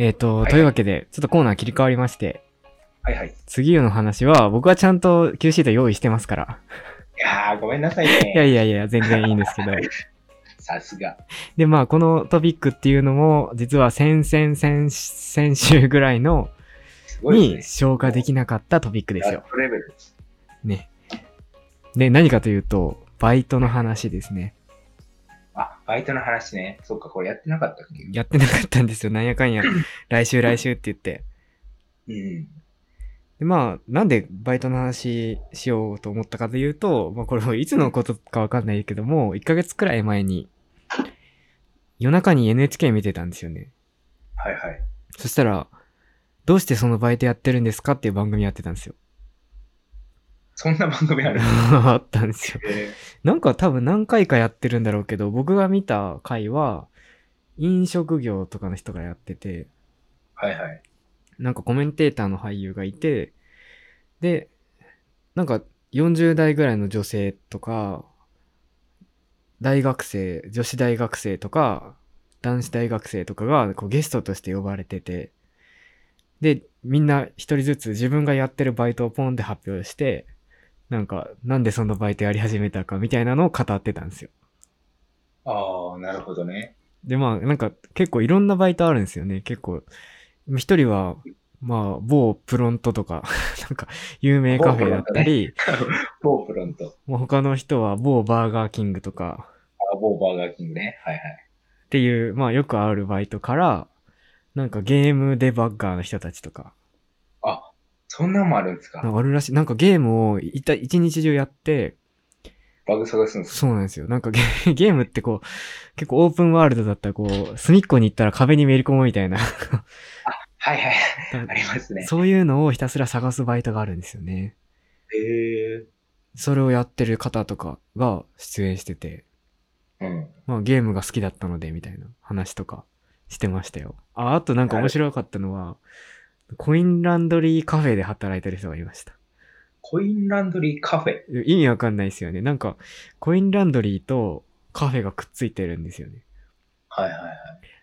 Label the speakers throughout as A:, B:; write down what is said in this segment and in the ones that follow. A: えっ、と、
B: はい
A: というわけで、ちょっとコーナー切り替わりまして、
B: はいはい。い
A: 次の話は、僕はちゃんと Q シート用意してますから。
B: やー、ごめんなさい
A: いや
B: ね。
A: いやいや、全然いいんですけど。
B: さすが。
A: で、まあ、このトピックっていうのも、実は先々先先週ぐらいの
B: すごい
A: に
B: です
A: 消化できなかったトピック
B: ね。
A: ですよ。
B: ラップレベルです。
A: ね。で、何かというと、バイトの話ですね。
B: あ、バイトの話ね。そっか、これやってなかったっけ
A: やってなかったんですよ。なんやかんや。来週来週って言って。
B: うん。
A: でまあ、なんでバイトの話しようと思ったかというと、まあこれもいつのことかわかんないけども、1ヶ月くらい前に、夜中に NHK 見てたんですよね。
B: はいはい。
A: そしたら、どうしてそのバイトやってるんですかっていう番組やってたんですよ。
B: そんな番組ある。
A: あったんですよ。
B: え
A: なんか多分何回かやってるんだろうけど、僕が見た回は、飲食業とかの人がやってて、
B: ーはいはい。
A: なんかコメンテーターの俳優がいて、で、なんか40代ぐらいの女性とか、大学生、女子大学生とか、男子大学生とかがこうゲストとして呼ばれてて、で、みんな一人ずつ自分がやってるバイトをポンって発表して、なんか、なんでそのバイトやり始めたかみたいなのを語ってたんですよ。
B: ああ、なるほどね。
A: で、まあ、なんか結構いろんなバイトあるんですよね。結構、一人は、まあ、某プロントとか、 なんか、有名カフェだったり、
B: ボープロンと、
A: まあ他の人は某バーガーキングとか
B: あボーバーガーキングね。はいはい。
A: っていう、まあ、よくあるバイトから、なんかゲームデバッガーの人たちとか、
B: あ、そんなんもあるんです
A: なん
B: か。
A: かあるらしい。なんかゲームをいた一日中やって、
B: バグ探すんですか。
A: そうなんですよ。なんかゲ ゲームってこう、結構オープンワールドだったらこう、隅っこに行ったら壁にめり込むみたいな、
B: はいはい。ありますね。
A: そういうのをひたすら探すバイトがあるんですよね。
B: へえ。
A: それをやってる方とかが出演してて、
B: うん。
A: まあゲームが好きだったのでみたいな話とかしてましたよ。あ、あとなんか面白かったのは、コインランドリーカフェで働いてる人がいました。
B: コインランドリーカフェ。
A: 意味わかんないですよね。なんか、コインランドリーとカフェがくっついてるんですよね。
B: はいはいはい。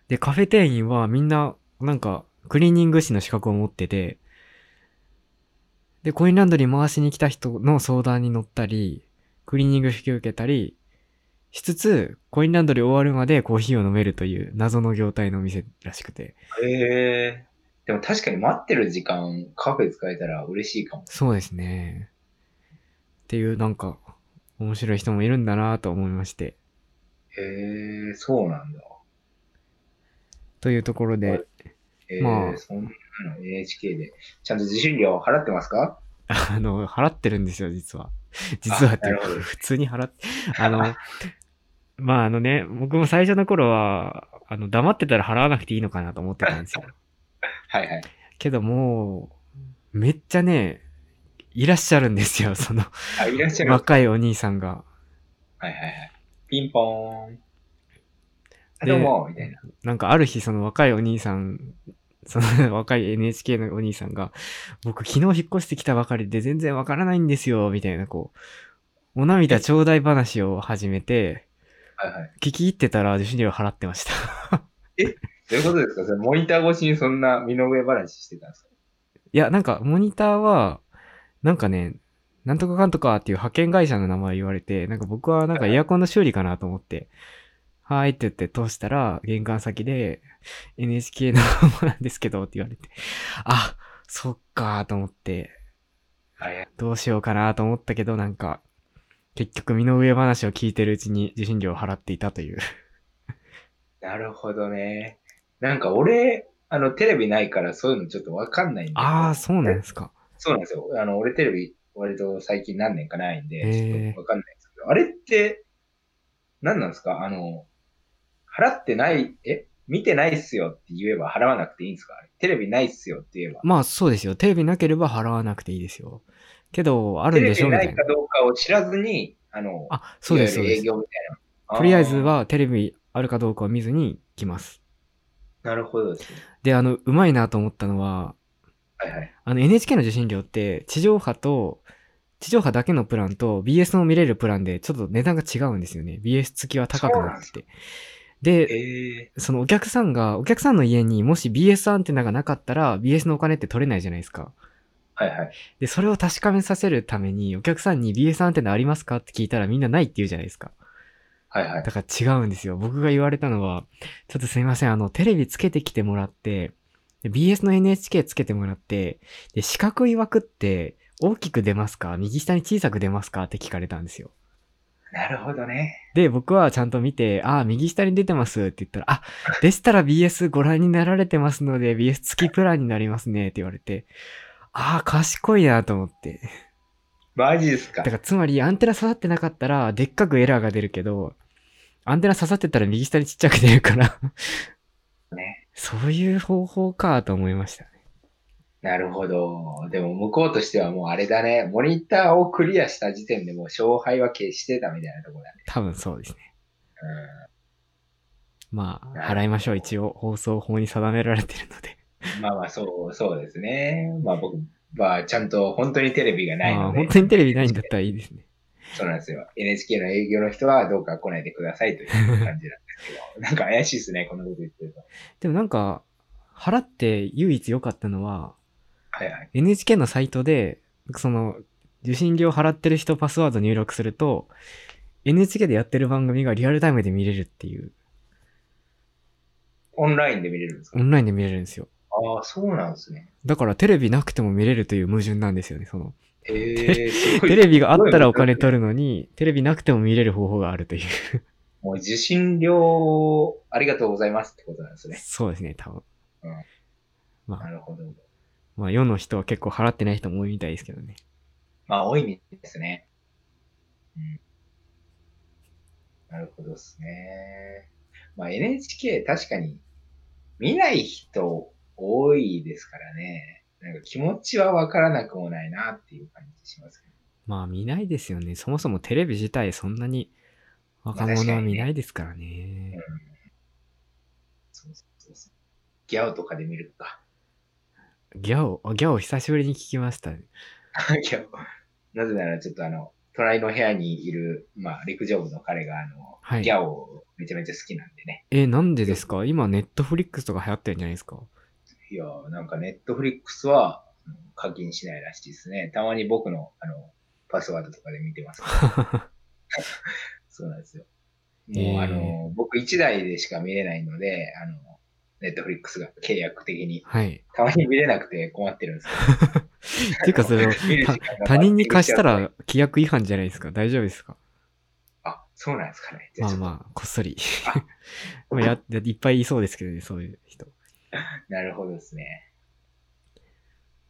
A: で、カフェ店員はみんな、なんか、クリーニング師の資格を持ってて、で、コインランドリー回しに来た人の相談に乗ったり、クリーニング引き受けたり、しつつ、コインランドリー終わるまでコーヒーを飲めるという謎の業態の店らしくて。
B: へえ。でも確かに待ってる時間、カフェ使えたら嬉しいかも。
A: そうですね。っていう、なんか、面白い人もいるんだなと思いまして。
B: へえ、そうなんだ。
A: というところで、
B: ええ
A: まあ
B: そんなの NHK で。ちゃんと受信料を払ってますか
A: あの、払ってるんですよ、実は。 実はっていうか
B: なるほど
A: 普通に払って、あの、 まああのね、僕も最初の頃は、あの、黙ってたら払わなくていいのかなと思ってたん ですよ。
B: はいはい。
A: けどもう、めっちゃね、いらっしゃるんですよ、 その、
B: あ、いらっしゃる。はい
A: 若いお兄さんが。
B: はいはい。ピンポーン。あ、
A: で
B: どうも、みたいな。
A: なんかある日、その若いお兄さん、その 若い NHK のお兄さんが、僕昨日引っ越してきたばかりで全然わからないんですよ、みたいな、こう、お涙ちょうだい話を始めて、
B: はいはい。
A: 聞き入ってたら受信料払ってました。
B: どういうことですかそれモニター越しにそんな身の上話してたんですか
A: いや、なんかモニターは、なんかね、なんとかかんとかっていう派遣会社の名前言われて、なんか僕はなんかエアコンの修理かなと思って、はーいって言って通したら、玄関先で NHK のなんですけどって言われて、あ、そっかーと思って、
B: はいはい。
A: どうしようかなと思ったけど、なんか、結局身の上話を聞いてるうちに受信料を払っていたという。
B: なるほどね。なんか俺、あの、テレビないからそういうのちょっとわかんないんで。
A: ああ、そうなんですか。
B: そうなんですよ。あの、俺テレビ、割と最近何年かないんで、
A: へー
B: ちょっとわかんないんですけど、あれって、何なんですかあの、払ってない、え見てないっすよって言えば払わなくていいんですかあれテレビないっすよって言えば。
A: まあそうですよ。テレビなければ払わなくていいですよ。けど、ある
B: テ
A: ん
B: レ
A: でしょみ
B: ビな
A: たい
B: い
A: な
B: か。どうかを知らずに、あの、
A: あ、そうです、
B: い
A: そ
B: わ
A: う
B: ゆ
A: で
B: る営
A: す。
B: 業みたいな。
A: とりあえず
B: ー。
A: はテレビあるかどうかを見ずに来ます。
B: なるほどですね。
A: で、あの、うまいなと思ったのは、
B: はいはい。
A: あの NHK の受信料って地上波と、地上波だけのプランと BS も見れるプランでちょっと値段が違うんですよね。BS 付きは高くなってて。で、
B: え
A: そのお客さんが、お客さんの家にもし BS アンテナがなかったら、BS のお金って取れないじゃないですか。
B: ー、はいはい。
A: で、それを確かめさせるために、お客さんに BS アンテナありますかって聞いたらみんなないって言うじゃないですか。
B: はいはい。
A: だから違うんですよ。僕が言われたのは、ちょっとすいません、あの、テレビつけてきてもらって、で BS の NHK つけてもらって、で、四角い枠って大きく出ますか右下に小さく出ますかって聞かれたんですよ。
B: なるほどね。
A: で、僕はちゃんと見て、ああ、右下に出てますって言ったら、あ、でしたら BS ご覧になられてますので、BS 付きプランになりますねって言われて、ああ、賢いなと思って。
B: マジですか
A: だか。らつまりアンテナ刺さってなかったらでっかくエラーが出るけど、アンテナ刺さってたら右下にちっちゃく出るから、
B: ね。
A: そういう方法かと思いましたね。
B: なるほど。でも向こうとしてはもうあれだね。モニターをクリアした時点でもう勝敗は決してたみたいなとこ ろだね。
A: 多分そうですね。
B: うん
A: まあ、払いましょう。一応放送法に定められてるので。
B: まあまあ、そう、そうですね。まあ僕はちゃんと本当にテレビがない
A: まあ、
B: の
A: 本
B: で、
A: 当にテレビないんだったらいいですね。
B: そうなんですよ。NHK の営業の人はどうか来ないでくださいという感じなんです けど、なんか怪しいですね、こんなこと言ってると。
A: でもなんか、払って唯一良かったのは、
B: はいはい。
A: NHK のサイトで、その、受信料払ってる人パスワード入力すると、NHK でやってる番組がリアルタイムで見れるっていう、
B: オンラインで見れるんですか、
A: オンラインで見れるんですよ。
B: ああ、そうなんですね。
A: だからテレビなくても見れるという矛盾なんですよね。その
B: ええすご
A: テ
B: い。
A: レビがあったらお金取るのに、テレビなくても見れる方法があるという。
B: もう受信料ありがとうございますってことな んですね。
A: そうですね、多分。
B: なるほど。
A: まあ世の人は結構払ってない人も多いみたいですけどね。
B: まあ、多いみたいですね。うん。なるほどですね。まあ、NHK 確かに見ない人多いですからね。なんか気持ちはわからなくもないなっていう感じしますけど。
A: まあ見ないですよね。そもそもテレビ自体そんなに若者は見ないですからね。
B: そうそうそうそう。ギャオとかで見るか。
A: ギャオ、あギャオ久しぶりに聞きましたね。
B: ギャオ。なぜならちょっとあの、隣の部屋にいる、まあ、陸上部の彼があの、
A: はい
B: ギャオをめちゃめちゃ好きなんでね。
A: え、なんでですか今ネットフリックスとか流行ってるんじゃないですか
B: いやー、なんかネットフリックスはうん課金しないらしいですね。たまに僕のあのパスワードとかで見 てます。そうなんですよ。もう、
A: へー
B: あの、僕1台でしか見れないので、あの、ネットフリックスが契約的に、
A: はい。
B: たまに見れなくて困ってる んです
A: ていうかそれを
B: けど 見る時間が
A: た他人に貸したら規約違反じゃないですか大丈夫ですか
B: あ、そうなんですかね。じゃ
A: まあ
B: あちょっ
A: まあ、こっそり。
B: と
A: まあや、やいっぱいいそうですけどね、そういう人。
B: なるほどですね。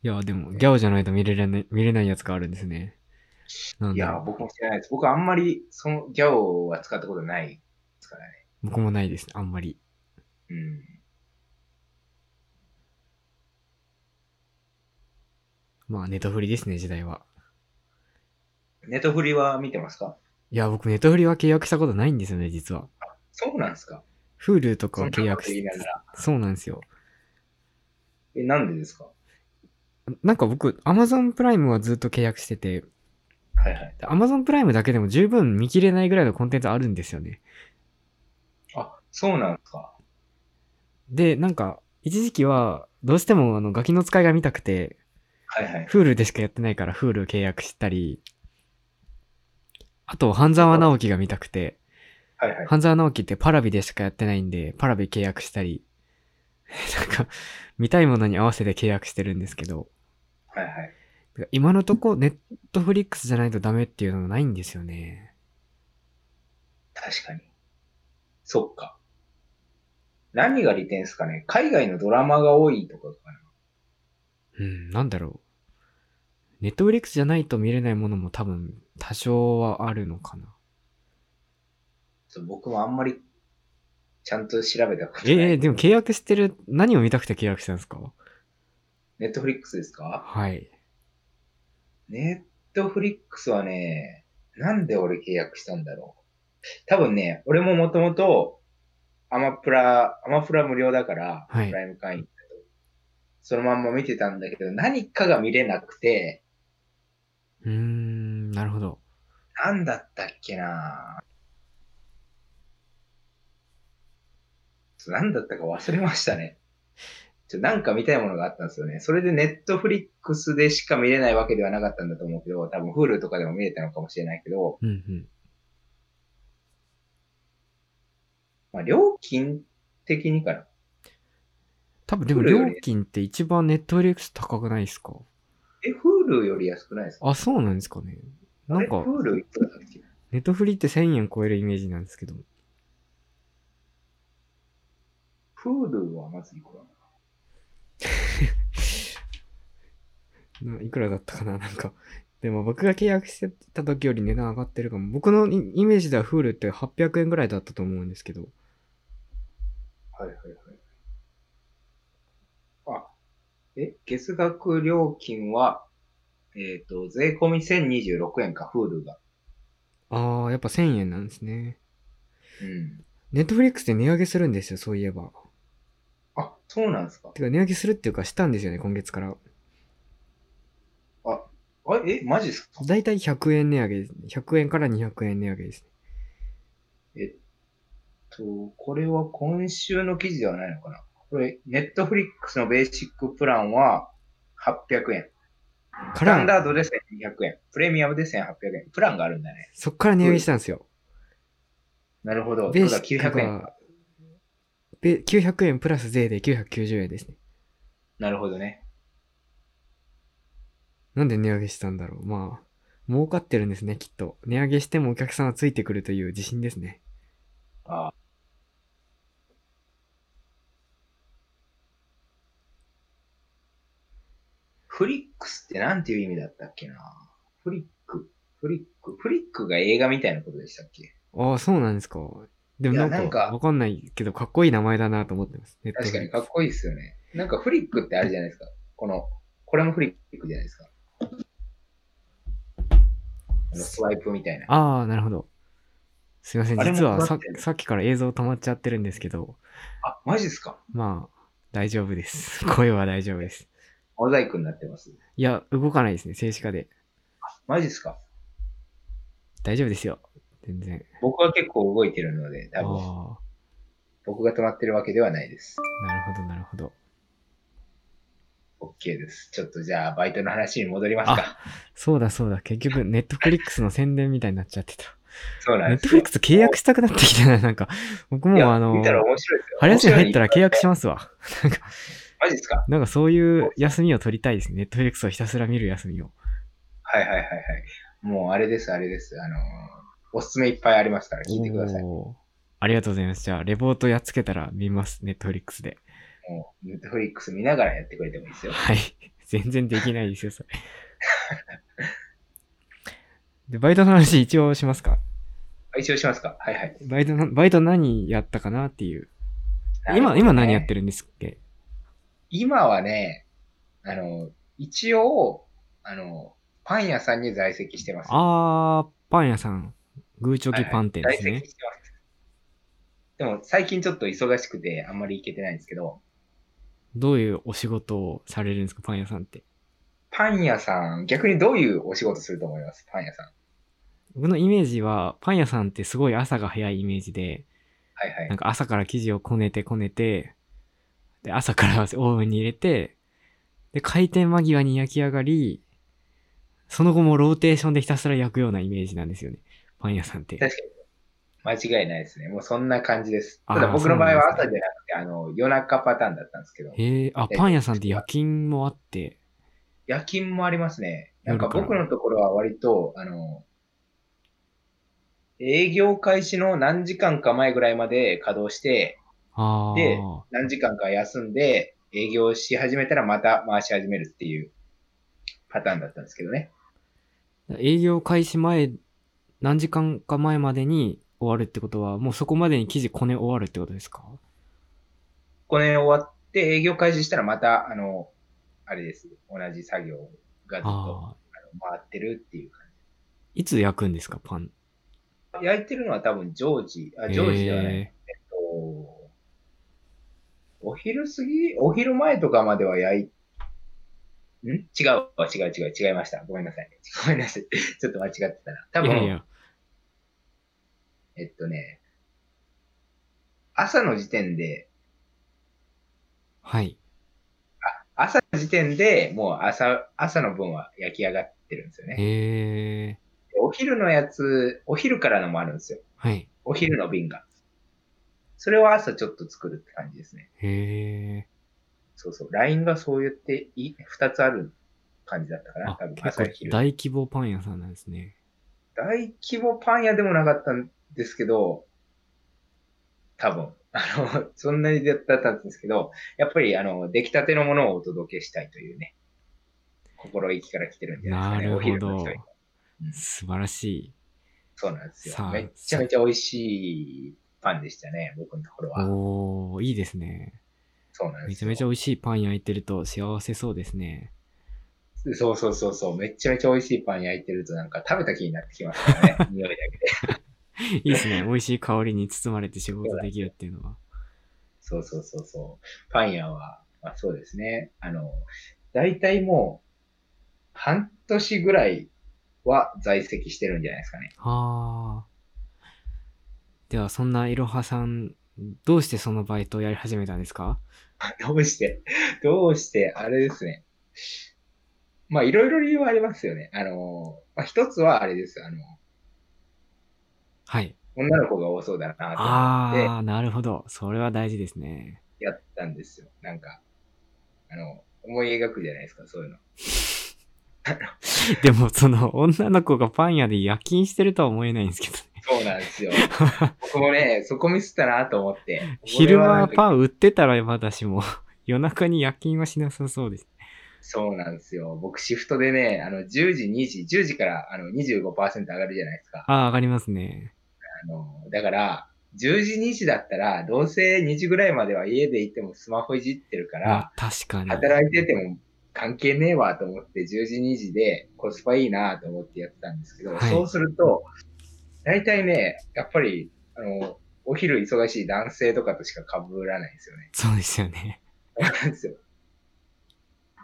A: いや、でも、ギャオじゃないと見れられない、見れないやつがあるんですね。なん
B: い
A: だ
B: や
A: ろ、う
B: 僕も知らないです。僕あんまり、そのギャオは使ったことないですからね。
A: 僕もないですね、あんまり。
B: うん。
A: まあ、ネトフリですね、時代は。
B: ネットフリは見てますか
A: いや、僕、ネトフリは契約したことないんですよね、実は。
B: そうなんですか
A: Hulu とか
B: そん
A: は
B: な
A: 契
B: こ
A: 約
B: と言いながら。
A: そうなんですよ。
B: え、なんでですか
A: なんか僕、Amazon プライムはずっと契約してて、
B: はいはい。
A: Amazon プライムだけでも十分見切れないぐらいのコンテンツあるんですよね。
B: あ、そうなんですか。
A: で、なんか、一時期は、どうしても、あの、ガキの使いが見たくて、
B: はいはい。
A: Hulu でしかやってないから Hulu 契約したり、あと、半沢直樹が見たくて、
B: はいはい。
A: 半沢直樹ってパラビでしかやってないんで、パラビ契約したり、 なんか、見たいものに合わせて契約してるんですけど、
B: はいはい。
A: 今のとこ、ネットフリックスじゃないとダメっていうのがないんですよね。
B: 確かに。そっか。何が利点ですかね海外のドラマが多いとかかな。
A: うん、なんだろう。ネットフリックスじゃないと見れないものも多分、多少はあるのかな。
B: ちょっと僕もあんまり、ちゃんと調べたことな
A: え
B: い。
A: えでも契約してる、何を見たくて契約したんですか
B: ネットフリックスですか
A: はい。
B: ネットフリックスはね、なんで俺契約したんだろう。多分ね、俺ももともと、アマプラ、アマプラ無料だから、
A: はい
B: プライム会員だとそのまんま見てたんだけど、何かが見れなくて、
A: うーん、なるほど。
B: なんだったっけなと何だったか忘れましたね。ちょなんか見たいものがあったんですよね。それでネットフリックスでしか見れないわけではなかったんだと思うけど、多分 Hulu とかでも見れたのかもしれないけど、
A: うんうん。
B: まあ、料金的にかな。
A: 多分でも
B: Hulu
A: 料
B: より
A: 金って一番ネットフリックス高くないですか
B: え、Hulu より安くないですか
A: あ、そうなんですかね。
B: あ
A: な
B: れ
A: んか、
B: Hulu いくらだっけ
A: ネットフリって1000円超えるイメージなんですけど、
B: ?Hulu はまずいくら
A: ないくらだったかななん か。でも僕が契約してた時より値段上がってるかも。僕のイイメージでは Hulu って800円ぐらいだったと思うんですけど。
B: はいはいはい。あ、え、月額料金は、えっ、と、税込み1026円か、Hulu が。
A: ああ、やっぱ1000円なんですね。
B: うん。
A: ネットフリックスで値上げするんですよ、そういえば。
B: あ、そうなんですか。
A: てか値上げするっていうかしたんですよね、今月から。
B: あえ、マジっすか
A: だいたい100円値上げですね。100円から200円値上げですね。
B: えっと、これは今週の記事ではないのかなこれ、ネットフリックスのベーシックプランは800円。
A: か
B: スタン
A: ら、
B: ダードで1200円。プレミアムで1800円。プランがあるんだね。
A: そっから値上げしたんですよ。
B: なるほど。
A: ベー
B: た
A: シ
B: だ
A: ック
B: 900円。
A: が、べ900円プラス税で990円ですね。
B: なるほどね。
A: なんで値上げしたんだろう。まあ、儲かってるんですね、きっと。値上げしてもお客さんはついてくるという自信ですね。
B: あフリックスってなんていう意味だったっけなフリック、フリック、フリックが映画みたいなことでしたっけ
A: ああ、そうなんですか。でもない
B: やなんん
A: か、
B: か
A: わかんないけど、かっこいい名前だなと思ってます。ネット
B: 確
A: フ
B: か
A: リ
B: に
A: ッ
B: か
A: ク
B: っ
A: ス
B: こいいですよね。なんかフリックってあるじゃないですか。この、これもフリックじゃないですか。あのスワイプみたいな。
A: ああ、なるほど。すいません、
B: あれも
A: 実は
B: 配
A: さ
B: ってる
A: さっきから映像溜まっちゃってるんですけど、
B: あ、マジですか
A: まあ、大丈夫です。 声は大丈夫です。
B: モザイクになってます。
A: いや、動かないですね、静止画で。
B: マジですか
A: 大丈夫ですよ。全然。
B: 僕は結構動いてるので、
A: あ
B: 多
A: あ
B: 分僕が止まってるわけではないです。
A: ー、なるほど、なるほど。
B: OK です。ちょっとじゃあ、バイトの話に戻りますか。
A: そうだ、そうだ。結局、ネットフリックスの宣伝みたいになっちゃってた。
B: そうなん
A: ネ
B: で
A: ット
B: す
A: フリ
B: よ
A: ッ。クス契約したくなってきたな、なんか。僕も
B: いや
A: あの
B: 見、たら面白いですよ。
A: 春休み入ったら契約し
B: ま
A: ますわ。
B: す。マジですか
A: なんかそういう休みを取りたいですね。ネットフリックスをひたすら見る休みを。
B: はいはいはいはい。もうあれです、あれです。あのーおすすめいっぱいありますから聞いてください。
A: おーありがとうございます。じゃあ、レポートやっつけたら見ます。ネットフリックスで。
B: もう、ネットフリックス見ながらやってくれてもいいですよ。
A: はい。 全然できないですよ、 それ。で、バイトの話一応しますか。
B: あ一応しますかはいはい。
A: バイトな、バイト何やったかなっていう。
B: なるほ
A: 今、
B: どね
A: 今何やってるんですっけ
B: 今はね、あの、一応、あの、パン屋さんに在籍してます。
A: あー、パン屋さん。グーチョキパン店です
B: 在
A: ね
B: 籍。してます。でも、最近ちょっと忙しくて、あんまり行けてないんですけど、
A: どういうお仕事をされるんですか、パン屋さんって。
B: パン屋さん、逆にどういうお仕事すると思いますパン屋さん。
A: 僕のイメージは、パン屋さんってすごい朝が早いイメージで、
B: はいはい。
A: なんか朝から生地をこねてこねて、で、朝からオーブンに入れて、で、開店間際に焼き上がり、その後もローテーションでひたすら焼くようなイメージなんですよね。パン屋さんって。
B: 確かに。間違いないですね。もうそんな感じです。
A: あー
B: ただ僕の場合は
A: そうな
B: 朝
A: ん
B: じゃなくて、あの、夜中パターンだったんですけど、
A: へえ、あ、
B: え
A: パン屋さんって夜勤もあって、
B: 夜勤もありますね。なんか
A: 夜から
B: 僕のところは割と、あの、営業開始の何時間か前ぐらいまで稼働して、
A: あ
B: で
A: あ、
B: 何時間か休んで、営業し始めたらまた回し始めるっていうパターンだったんですけどね。
A: 営業開始前、何時間か前までに終わるってことは、もうそこまでに生地こね終わるってことですか
B: これ終わって営業開始したらまた、あの、あれです。同じ作業がずっと
A: ああ、
B: 回ってるっていう感じ
A: いつ焼くんですか、パン。
B: 焼いてるのは多分ジョージ、あ、ジョージではない。え
A: へ
B: っと、お昼過ぎお昼前とかまでは焼い、ん違うわ、違う違う、違いました。ごめんなさい。ごめんなさい。 ちょっと間違ってた
A: えい
B: な。多分、
A: やいや、
B: えっとね、朝の時点で
A: はい。
B: 朝の時点でもう朝、朝の分は焼き上がってるんですよね。
A: へえ。
B: でお昼のやつ、お昼からのもあるんですよ。
A: はい。
B: お昼の便が。それを朝ちょっと作るって感じですね。
A: へえ。
B: そうそう。LINE がそう言ってい、2つある感じだったかな。
A: あ
B: 多分、
A: 結
B: 朝
A: 構
B: 昼。
A: 大規模パン屋さんなんですね。
B: 大規模パン屋でもなかったんですけど、多分、 あの、そんなにだったんですけど、やっぱり、あの、出来たてのものをお届けしたいというね、心意気から来てるんじゃ
A: な
B: ないですかね。
A: る
B: お昼
A: ほ
B: の
A: ど
B: 人に。。うん
A: 素晴らしい。
B: そうなんです
A: さ
B: よ。
A: あ
B: めっちゃめちゃ美味しいパンでしたね、僕のところは。
A: おおいいですね。
B: そうなんで
A: め
B: す
A: ち
B: よ。
A: ゃめちゃ美味しいパン焼いてると幸せそうですね。
B: そうそうそうそう。めっちゃめちゃ美味しいパン焼いてるとなんか食べた気になってきますから ね。匂いだけ
A: い
B: で。
A: いですね。美味しい香りに包まれて仕事できるっていうのは。
B: そうそうそうそう。パン屋は、まあ、そうですね。あの、だいたいもう、半年ぐらいは在籍してるんじゃないですかね。
A: はあ。では、そんないろはさん、どうしてそのバイトをやり始めたんですか
B: どうして、どうして、あれですね。まあ、いろいろ理由はありますよね。あの、まあ、一つはあれです。あの、
A: はい。
B: 女の子が多そうだなと思っ
A: ああ、なるほど。それは大事ですね。
B: てやったんですよ。なんか、あの、思い描くじゃないですか、そういうの。
A: でも、その女の子がパン屋で夜勤してるとは思えないんですけ どね。
B: そうなんですよ。僕もね、そこミスったなと思って。
A: 昼
B: 俺な
A: 間
B: んか
A: パン売ってたらまだしも、 夜中に夜勤はしなさそうです。
B: そうなんですよ。僕シフトでね、あの、10時、2時、10時からあの25%上がるじゃないですか。
A: ああ、上がりますね。
B: あの、だから、10時、2時だったら、どうせ2時ぐらいまでは家でいてもスマホいじってるか
A: まあ
B: ら、、
A: 確かに。
B: 働いてても関係ねえわと思って、10時、2時でコスパいいなと思ってやってたんですけど、
A: はい
B: そうすると、大体ね、やっぱり、あの、お昼忙しい男性とかとしか被らないんですよね。
A: そうですよね。
B: なんですよ。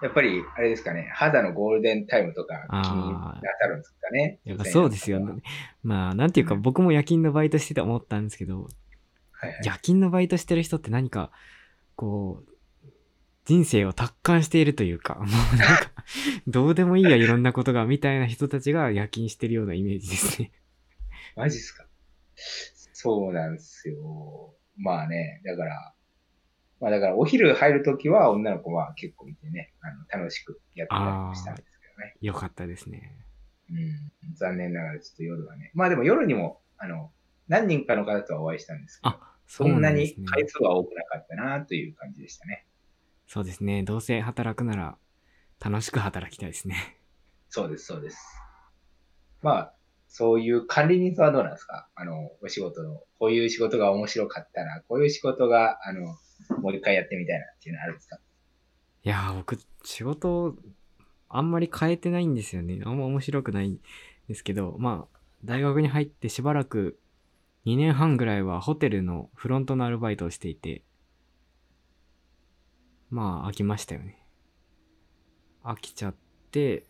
B: やっぱり、あれですかね、肌のゴールデンタイムとか気になさるんですかね。
A: やっぱそうですよね。まあ、なんていうか、僕も夜勤のバイトしてて思ったんですけど、
B: はいはい。
A: 夜勤のバイトしてる人って何かこう人生を達観しているというかもうなん かどうでもいいやいろんなことがみたいな人たちが夜勤してるようなイメージですね。
B: マジっすか。そうなんですよ。まあね、だから、まあだから、お昼入るときは女の子は結構見てね、あの楽しくやってたりもしたんですけどね。
A: よかったですね。
B: うん、残念ながらちょっと夜はね。まあでも夜にも、あの、何人かの方とはお会いしたんですけど、
A: あそ
B: そ
A: うんな
B: なん
A: で
B: に
A: すね。
B: 回数は多くなかったなという感じでしたね。
A: そうですね。どうせ働くなら楽しく働きたいですね。
B: そうです、そうです。まあ、そういう管理人さんはどうなんですかあの、お仕事の、こういう仕事が面白かったな、こういう仕事が、あの、もう一回やってみたいなっていうのあるんですか
A: いやー僕仕事あんまり変えてないんですよね。あんま面白くないんですけどまあ大学に入ってしばらく2年半ぐらいはホテルのフロントのアルバイトをしていてまあ飽きましたよね。飽きちゃって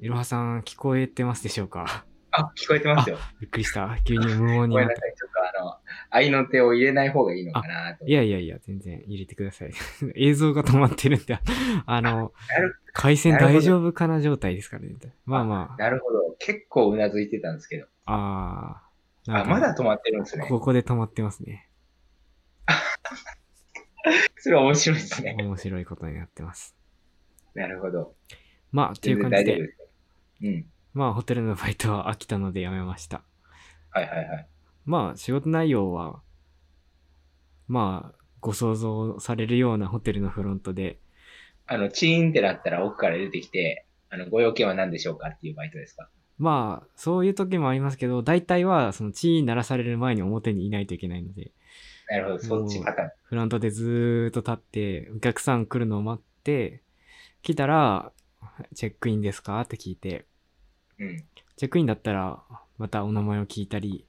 A: いろはさん聞こえてますでしょうか
B: あ、聞こえてますよ。
A: びっくりした。急に無音に
B: ごめ
A: なんっ
B: な
A: た
B: さ。い。ちょっとあの、愛の手を入れない方がいいのかなと。
A: いやいやいや、全然入れてください。 映像が止まってるんで、 あの
B: なる、
A: 回線
B: なるほど
A: 大丈夫かな状態ですからね。まあま
B: なるほど。結構うなずいてたんですけど。
A: あ、ああー、な
B: あ、
A: んか
B: まだ止まってるんですね。
A: ここで止まってますね。
B: それ面白いですね。
A: 面白いことになってます。
B: なるほど。
A: まあ、っていう
B: 全然
A: 感
B: 大
A: じ
B: 丈夫
A: で
B: で、すね。うん。
A: まあ、ホテルのバイトは飽きたのでやめました。
B: はいはいはい。
A: まあ、仕事内容は、まあ、ご想像されるようなホテルのフロントで、
B: あの、チーンってなったら奥から出てきて、あの、ご用件は何でしょうかっていうバイトですか
A: まあ、そういう時もありますけど、大体は、その、地位鳴らされる前に表にいないといけないので、
B: なるほど。そっちパターン。
A: フロントでずーっと立って、お客さん来るのを待って、来たら、チェックインですかって聞いて、
B: うん。
A: チェックインだったら、またお名前を聞いたり、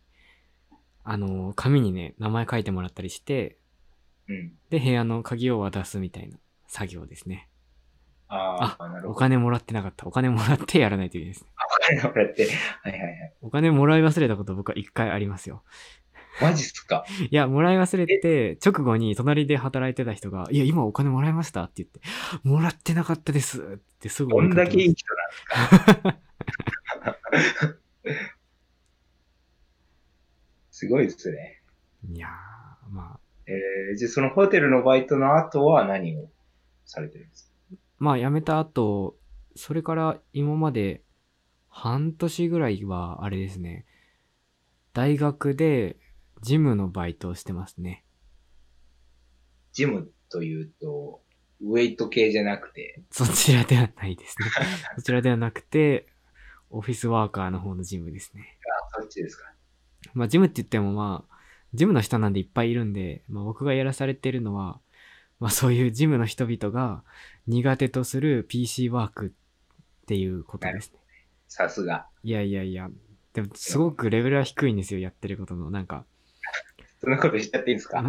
A: あの、紙にね、名前書いてもらったりして、
B: うん。
A: で、部屋の鍵を渡すみたいな作業ですね。
B: ああ、なる
A: お
B: ほど。
A: 金もらってなかった。お金もらってやらないといけないですね。
B: お金もらって。はいはいはい。
A: お金もらい忘れたこと僕は一回ありますよ。
B: マジっすか。
A: いや、もらい忘れて、直後に隣で働いてた人が、いや、今お金もらいましたって言って、もらってなかったですってすぐ
B: ど
A: 追い
B: ん
A: か
B: だ
A: け
B: けいい人なん ですか。すごいですね。
A: ましたいやー、まあ、
B: えー、じゃあそのホテルのバイトの後は何をされてるんですか
A: まあ辞めた後、それから今まで半年ぐらいは、あれですね、大学でジムのバイトをしてますね。
B: ジムというと、ウェイト系じゃなくて、
A: そちらではないですね。そちらではなくて、オフィスワーカーの方のジムですね。
B: あ、そっちですか。
A: まあ、ジムって言ってもまあ、ジムの人なんでいっぱいいるんで、まあ、僕がやらされてるのは、まあ、そういうジムの人々が苦手とする PC ワークっていうことですね。
B: さすが。
A: いやいやいや、でもすごくレベルは低いんですよ、やってることの。なんか。
B: そんなこと言っちゃっていいんですか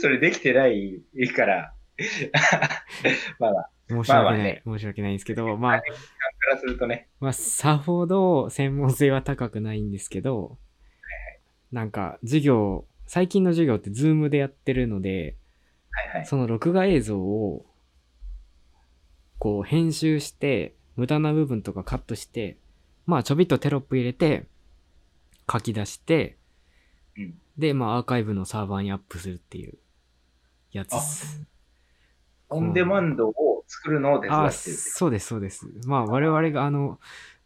B: それできてないから、 まあまあ、
A: 申し
B: まあまあ
A: 訳ない
B: ね。
A: 申し訳ないんですけど、まあ、
B: からするとね、
A: まあ、さほど専門性は高くないんですけど、なんか、授業、最近の授業って Zoom でやってるので、
B: はいはい。
A: その録画映像を、こう編集して、無駄な部分とかカットして、まあちょびっとテロップ入れて、書き出して、
B: うん
A: で、まあアーカイブのサーバーにアップするっていうやつっす。
B: オンデマンドを作るのを手伝
A: あ
B: っ
A: あ、
B: てるって。
A: そうです、そうです。まあ我々があの、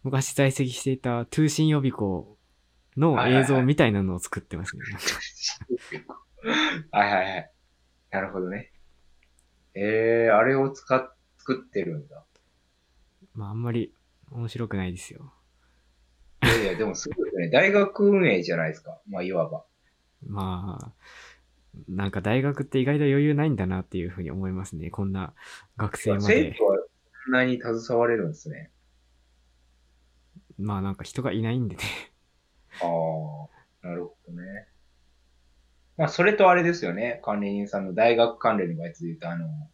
A: 昔在籍していた通信予備校の映像みたいなのを作ってますね。
B: はいはいはい。なるほどね。えー、あれを使っ、作ってるんだ。
A: まああんまり面白くないですよ。
B: いやいや、でもすごいですね。大学運営じゃないですか。まあ、いわば。
A: まあ、なんか大学って意外と余裕ないんだなっていうふうに思いますね。こんな学生
B: 生
A: ま
B: 徒
A: で。
B: はそんなに携われるんですね。
A: まあなんか人がいないんで ね。
B: ああ、なるほどね。まあ、それとあれですよね。管理人さんの大学関連のバイトで言うと、あの、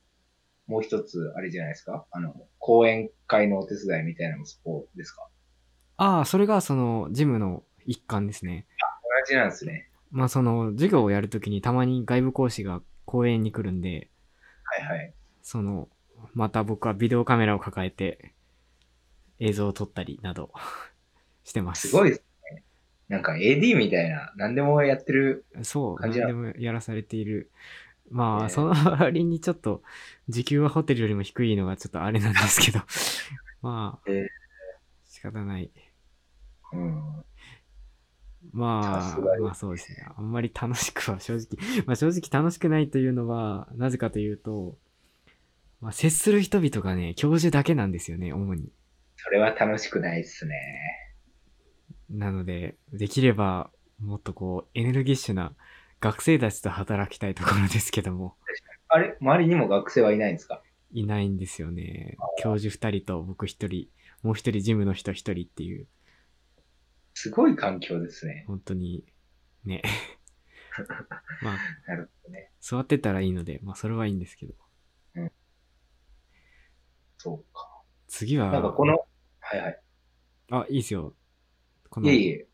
B: もう一つ、あれじゃないですか。あの、講演会のお手伝いみたいなのもそこですか。
A: ああ、それがそのジムの一環ですね。
B: 同じなんですね。
A: まあその授業をやるときにたまに外部講師が講演に来るんで、
B: はいはい。
A: その、また僕はビデオカメラを抱えて映像を撮ったりなど してます。
B: すご
A: い
B: いですね。なんか AD みたいな、何でもやってる。
A: そう、
B: 感
A: 何
B: じだ
A: でもやらされている。まあ、
B: ねえ
A: その 割にちょっと、時給はホテルよりも低いのがちょっとあれなんですけど、 まあ、
B: ええ
A: 仕方ない。
B: うん。
A: ま
B: さ
A: あ
B: すが、ですね
A: まあそうですね。あんまり楽しくは正直、まあ正直楽しくないというのは、なぜかというと、まあ接する人々がね、教授だけなんですよね、主に。
B: それは楽しくないっすね。
A: なので、できれば、もっとこう、エネルギッシュな学生たちと働きたいところですけども。
B: あれ周りにも学生はいないんですか
A: いないんですよね。教授2人と僕1人、もう1人ジムの人1人っていう、
B: すごい環境ですね。
A: 本当にね。まあ、
B: なるほどね。
A: 座ってたらいいので、まあそれはいいんですけど。
B: そうか。
A: 次は、
B: なんかこの、はいはい。
A: あ、いいですよ。こ
B: い
A: の
B: え
A: い
B: いえ。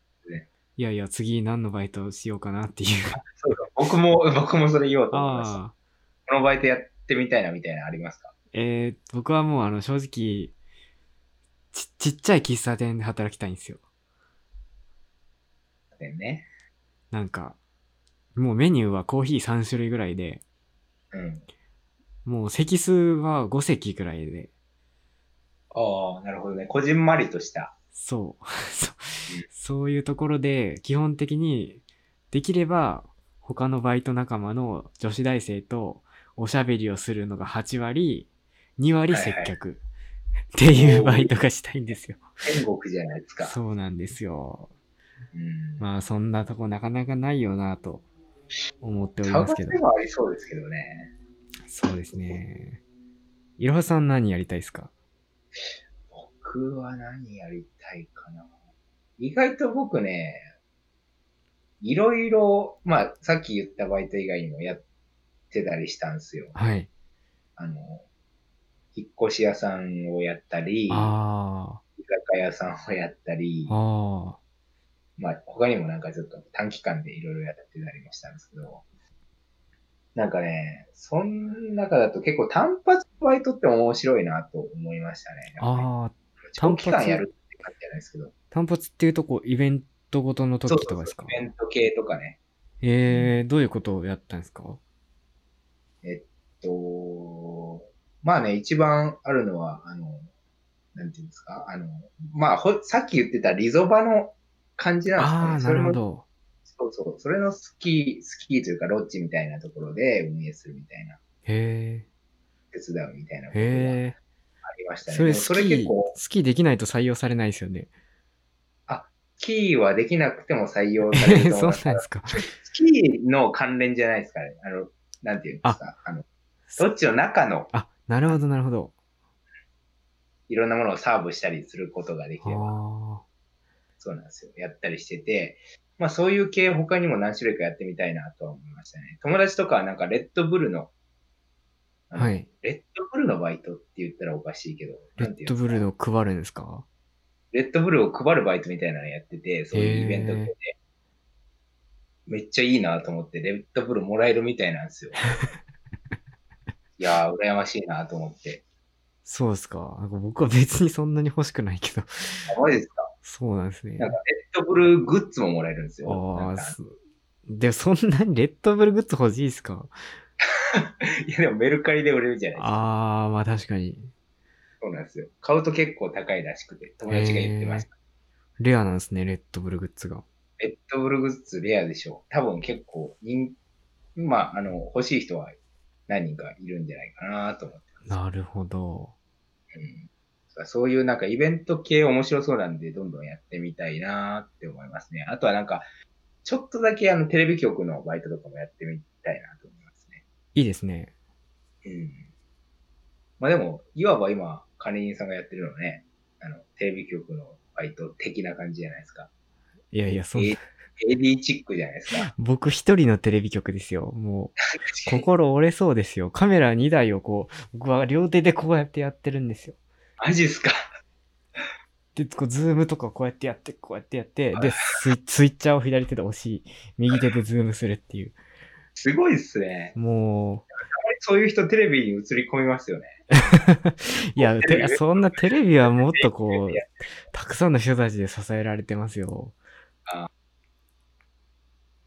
A: やいや、次何のバイトしようかなっていう。
B: そうだ僕も、 僕もそれ言おうと思いました。
A: ああ、
B: このバイトやってみたいなみたいなのありますか
A: えー、僕はもうあの正直、ち、ちっちゃい喫茶店で働きたいんですよ。
B: ね。
A: なんか、もうメニューはコーヒー3種類ぐらいで、
B: うん。
A: もう席数は5席ぐらいで、
B: ああ、なるほどね。こじんまりとした。
A: そう そう
B: うん。
A: そういうところで、基本的に、できれば、他のバイト仲間の女子大生とおしゃべりをするのが8割、2割接客、っていうバイトがしたいんですよ。
B: 天国じゃないですか。
A: そうなんですよ。
B: うん。
A: まあ、そんなとこなかなかないよなと思っておりま
B: 探
A: すけ
B: せ
A: ど。
B: ばありそうですけどね。
A: そうですね。いろはさん何やりたいですか
B: 僕は何やりたいかな。意外と僕ね、いろいろ、まあ、さっき言ったバイト以外にもやってたりしたんですよ。
A: はい。
B: あの、引っ越し屋さんをやったり、居
A: あ
B: 酒屋さんをやったり
A: あ。、ああ。
B: まあ、他にもなんかちょっと短期間でいろいろやってたりもしたんですけど、なんかね、そん中だと結構単発バイトって面白いなと思いましたね。
A: ああ、
B: 長期間やるって感じじゃないですけど、
A: 単発っていうとこう、イベントごとの時とかですか
B: イベント系とかね、
A: えー、どういうことをやったんですか
B: と、まあね、一番あるのは、あの、なんていうんですか、あの、まあほ、さっき言ってたリゾバの感じなん
A: ああ
B: で
A: ー、
B: す
A: な
B: かね。
A: るほ
B: それも
A: ど。
B: そうそう。それのスキー、スキーというかロッジみたいなところで運営するみたいな、
A: へ
B: 手伝うみたいなこ
A: え、
B: とがあ
A: へ
B: りまし
A: え、
B: たね。
A: そ
B: で
A: れ
B: も
A: ス
B: そ
A: キ
B: れ結
A: ー
B: 構、、
A: スキーできないと採用されないですよね。
B: スキーはできなくても採用され
A: え
B: ると
A: そう
B: 思
A: ないん
B: ますか
A: で
B: ら。
A: すか。
B: スキーの関連じゃないですかね。あの、なんていうんですか。あの、ロッジの中の
A: あ、なるほど、なるほど。
B: いろんなものをサーブしたりすることができれば。
A: あ
B: そうなんですよ。やったりしてて、まあそういう系他にも何種類かやってみたいなとは思いましたね。友達とかはなんかレッドブルの、
A: あ、
B: あの
A: はい。
B: レッドブルのバイトって言ったらおかしいけど、
A: レ
B: なんて
A: ッ
B: いう
A: ド
B: んです
A: ブ
B: か
A: ルーを配るんですか
B: レッドブルを配るバイトみたいなのやってて、そういうイベント系
A: へ
B: で、めっちゃいいなと思って、レッドブルもらえるみたいなんで すよ。いやー、羨ましいなと思って。
A: そうですか。なんか僕は別にそんなに欲しくないけど。
B: あマジですか
A: そうなんですね。
B: なんかレッドブルグッズももらえるんですよ。
A: あ
B: な
A: あ
B: ん
A: ー、
B: か
A: すで、そんなにレッドブルグッズ欲しいですか
B: いや、でもメルカリで売れるじゃないですか。
A: ああ、まあ確かに。
B: そうなんですよ。買うと結構高いらしくて、友達が言ってました。
A: レアなんですね、レッドブルグッズが。
B: レッドブルグッズレアでしょう。多分結構人、まあ、あの、欲しい人は何人かいるんじゃないかなと思ってま
A: なるほど。
B: す。うんそういうなんかイベント系面白そうなんで、どんどんやってみたいなって思いますね。あとはなんか、ちょっとだけあのテレビ局のバイトとかもやってみたいなと思いますね。
A: いいですね。
B: うん。まあでも、いわば今、管理人さんがやってるのはね、あの、テレビ局のバイト的な感じじゃないですか。
A: いやいや、そん
B: え AD チックじゃないですか。
A: 僕一人のテレビ局ですよ。もう、心折れそうですよ。カメラ2台をこう、僕は両手でこうやってやってるんですよ。
B: マジっすか。
A: で、こう、ズームとかこうやってやって、こうやってやって、で、スイスイッチャーを左手で押し、右手でズームするっていう。
B: すごいっすね。
A: も
B: そういう人テレビに映り込みますよね。
A: う、いや、
B: テレビ
A: てそんなテレビはもっとこう、たくさんの人たちで支えられてますよ。
B: あ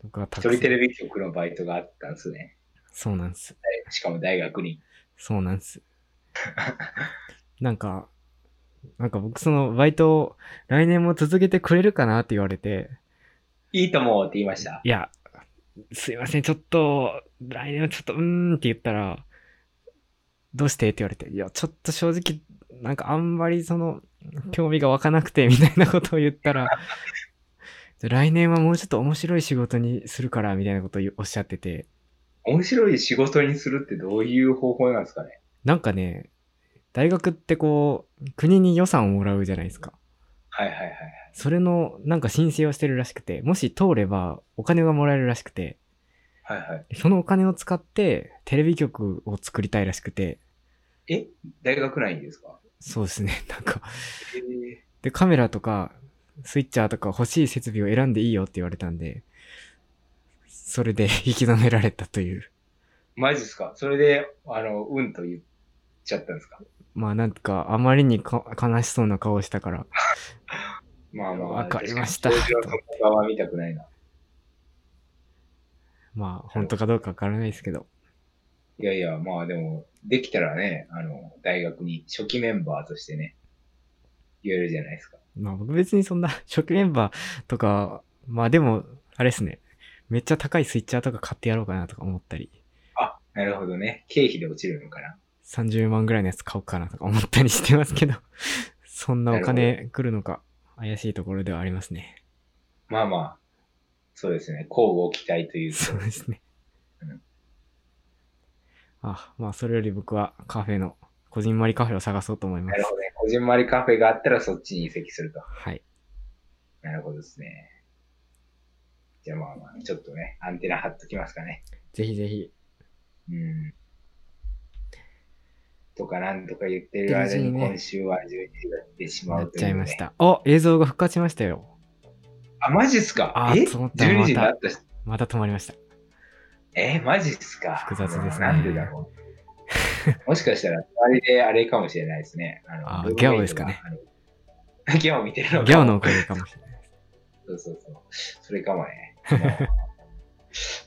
A: とか、たく
B: 一
A: さ
B: 人テ
A: ん。
B: レビ局のバイトがあったんですね。
A: そうなんです。
B: しかも大学に。
A: そうなんです。なんか、なんか僕そのバイトを来年も続けてくれるかなって言われて、
B: いいと思うって言いました。
A: いや、すいません、ちょっと、来年はちょっと、うーんって言ったら、どうしてって言われて、いや、ちょっと正直、なんかあんまりその、興味が湧かなくて、みたいなことを言ったら、じゃあ来年はもうちょっと面白い仕事にするから、みたいなことをおっしゃってて、
B: 面白い仕事にするってどういう方法なんですかね。
A: なんかね、大学ってこう、国に予算をもらうじゃないですか。
B: はいはいはいはい。
A: それの、なんか申請をしてるらしくて、もし通ればお金がもらえるらしくて、
B: はいはい。
A: そのお金を使ってテレビ局を作りたいらしくて、
B: え大学内にですか
A: そうですね、 なんか。
B: え
A: で、カメラとか、スイッチャーとか欲しい設備を選んでいいよって言われたんで、それで 引き止められたという。
B: マジっすかそれで、あの、うんと言っちゃったんですか
A: まあなんか、あまりにか悲しそうな顔したから、
B: まあまあ。
A: わかりました
B: 確かに表情の顔は見たくないな。
A: まあ本当かどうかわからないですけど、
B: いやいや、まあでも、できたらね、あの、大学に初期メンバーとしてね、言えるじゃないですか。
A: まあ僕別にそんな 初期メンバーとか、まあでも、あれですね、めっちゃ高いスイッチャーとか買ってやろうかなとか思ったり、
B: あ、なるほどね。経費で落ちるのかな。
A: 30万ぐらいのやつ買おうかなとか思ったりしてますけど、 そんなお金来るのか怪しいところではありますね。
B: まあまあ、そうですね。交互期待というと
A: そうですね
B: うん。
A: あ、まあ、それより僕はカフェの、こじんまりカフェを探そうと思いま
B: な
A: す
B: る。ほどね。こじんまりカフェがあったらそっちに移籍すると。
A: はい。
B: なるほどですね。じゃあまあまあ、ちょっとね、アンテナ張っときますかね。
A: ぜひぜひ。
B: うん。とかなんとか言ってる間に
A: 12ね
B: 今週は12時になってしま
A: な
B: う
A: っ
B: という、
A: ちゃいまし。た。あ、映像が復活しましたよ。
B: あ、マジっすか
A: あ
B: え
A: そうだ
B: ?12 時に
A: また
B: なったし。
A: また止まりま した。
B: え、マジっすか
A: 複雑ですね
B: なんでだろう。もしかしたら、あれであれかもしれないですね。
A: あ
B: ルームメイト
A: ギャ
B: が
A: オですかね。
B: あのギャオ見てるのか
A: ギャオのおかげかもしれない。
B: そうそうそう。それかもね。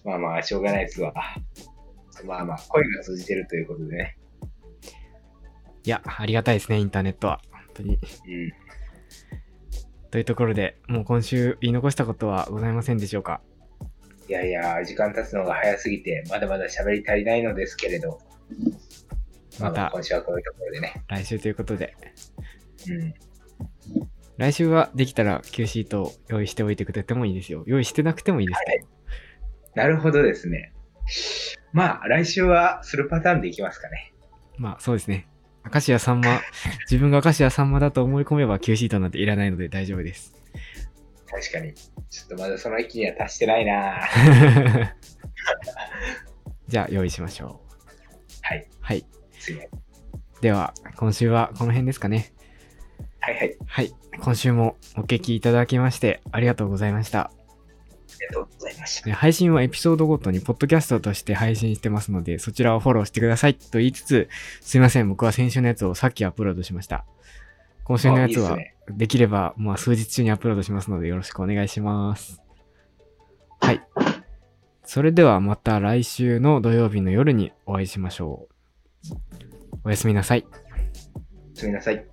B: まあまあ、しょうが ないっすわ。まあまあ、声が通じてるということでね。
A: いや、ありがたいですね、インターネットは。本当に。
B: うん。
A: というところで、もう今週言い残したことはございませんでしょうか。
B: いやいや、時間経つのが早すぎて、まだまだ喋り足りないのですけれど、ま
A: ま
B: あまあ、
A: た
B: 今週はこういうところでね。
A: 来週ということで、
B: うん。
A: 来週はできたら Q シートを用意しておいてくれてもいいですよ。用意してなくてもいいですけど。
B: なるほどですね。まあ、来週はするパターンでいきますかね。
A: まあそうですね。明石家さんま、 自分が明石家さんまだと思い込めば Q シートなんていらないので大丈夫です。
B: 確かに。ちょっとまだその域には達してないな
A: じゃあ用意しましょう。
B: はい。
A: はい。
B: すいません。
A: では、今週はこの辺ですかね。
B: はいはい。あり
A: はい。今週もお聞きいただきましてありがとうございました。
B: がとうございました。
A: ね配信はエピソードごとにポッドキャストとして配信してますので、そちらをフォローしてくださいと言いつつ、すいません、僕は先週のやつをさっきアップロードしました。今週のやつ
B: あ
A: はい
B: いっすね
A: できれば、まあ、数日中にアップロードしますので、よろしくお願いします。はい。それではまた来週の土曜日の夜にお会いしましょう。おやすみなさい。
B: すみなさい。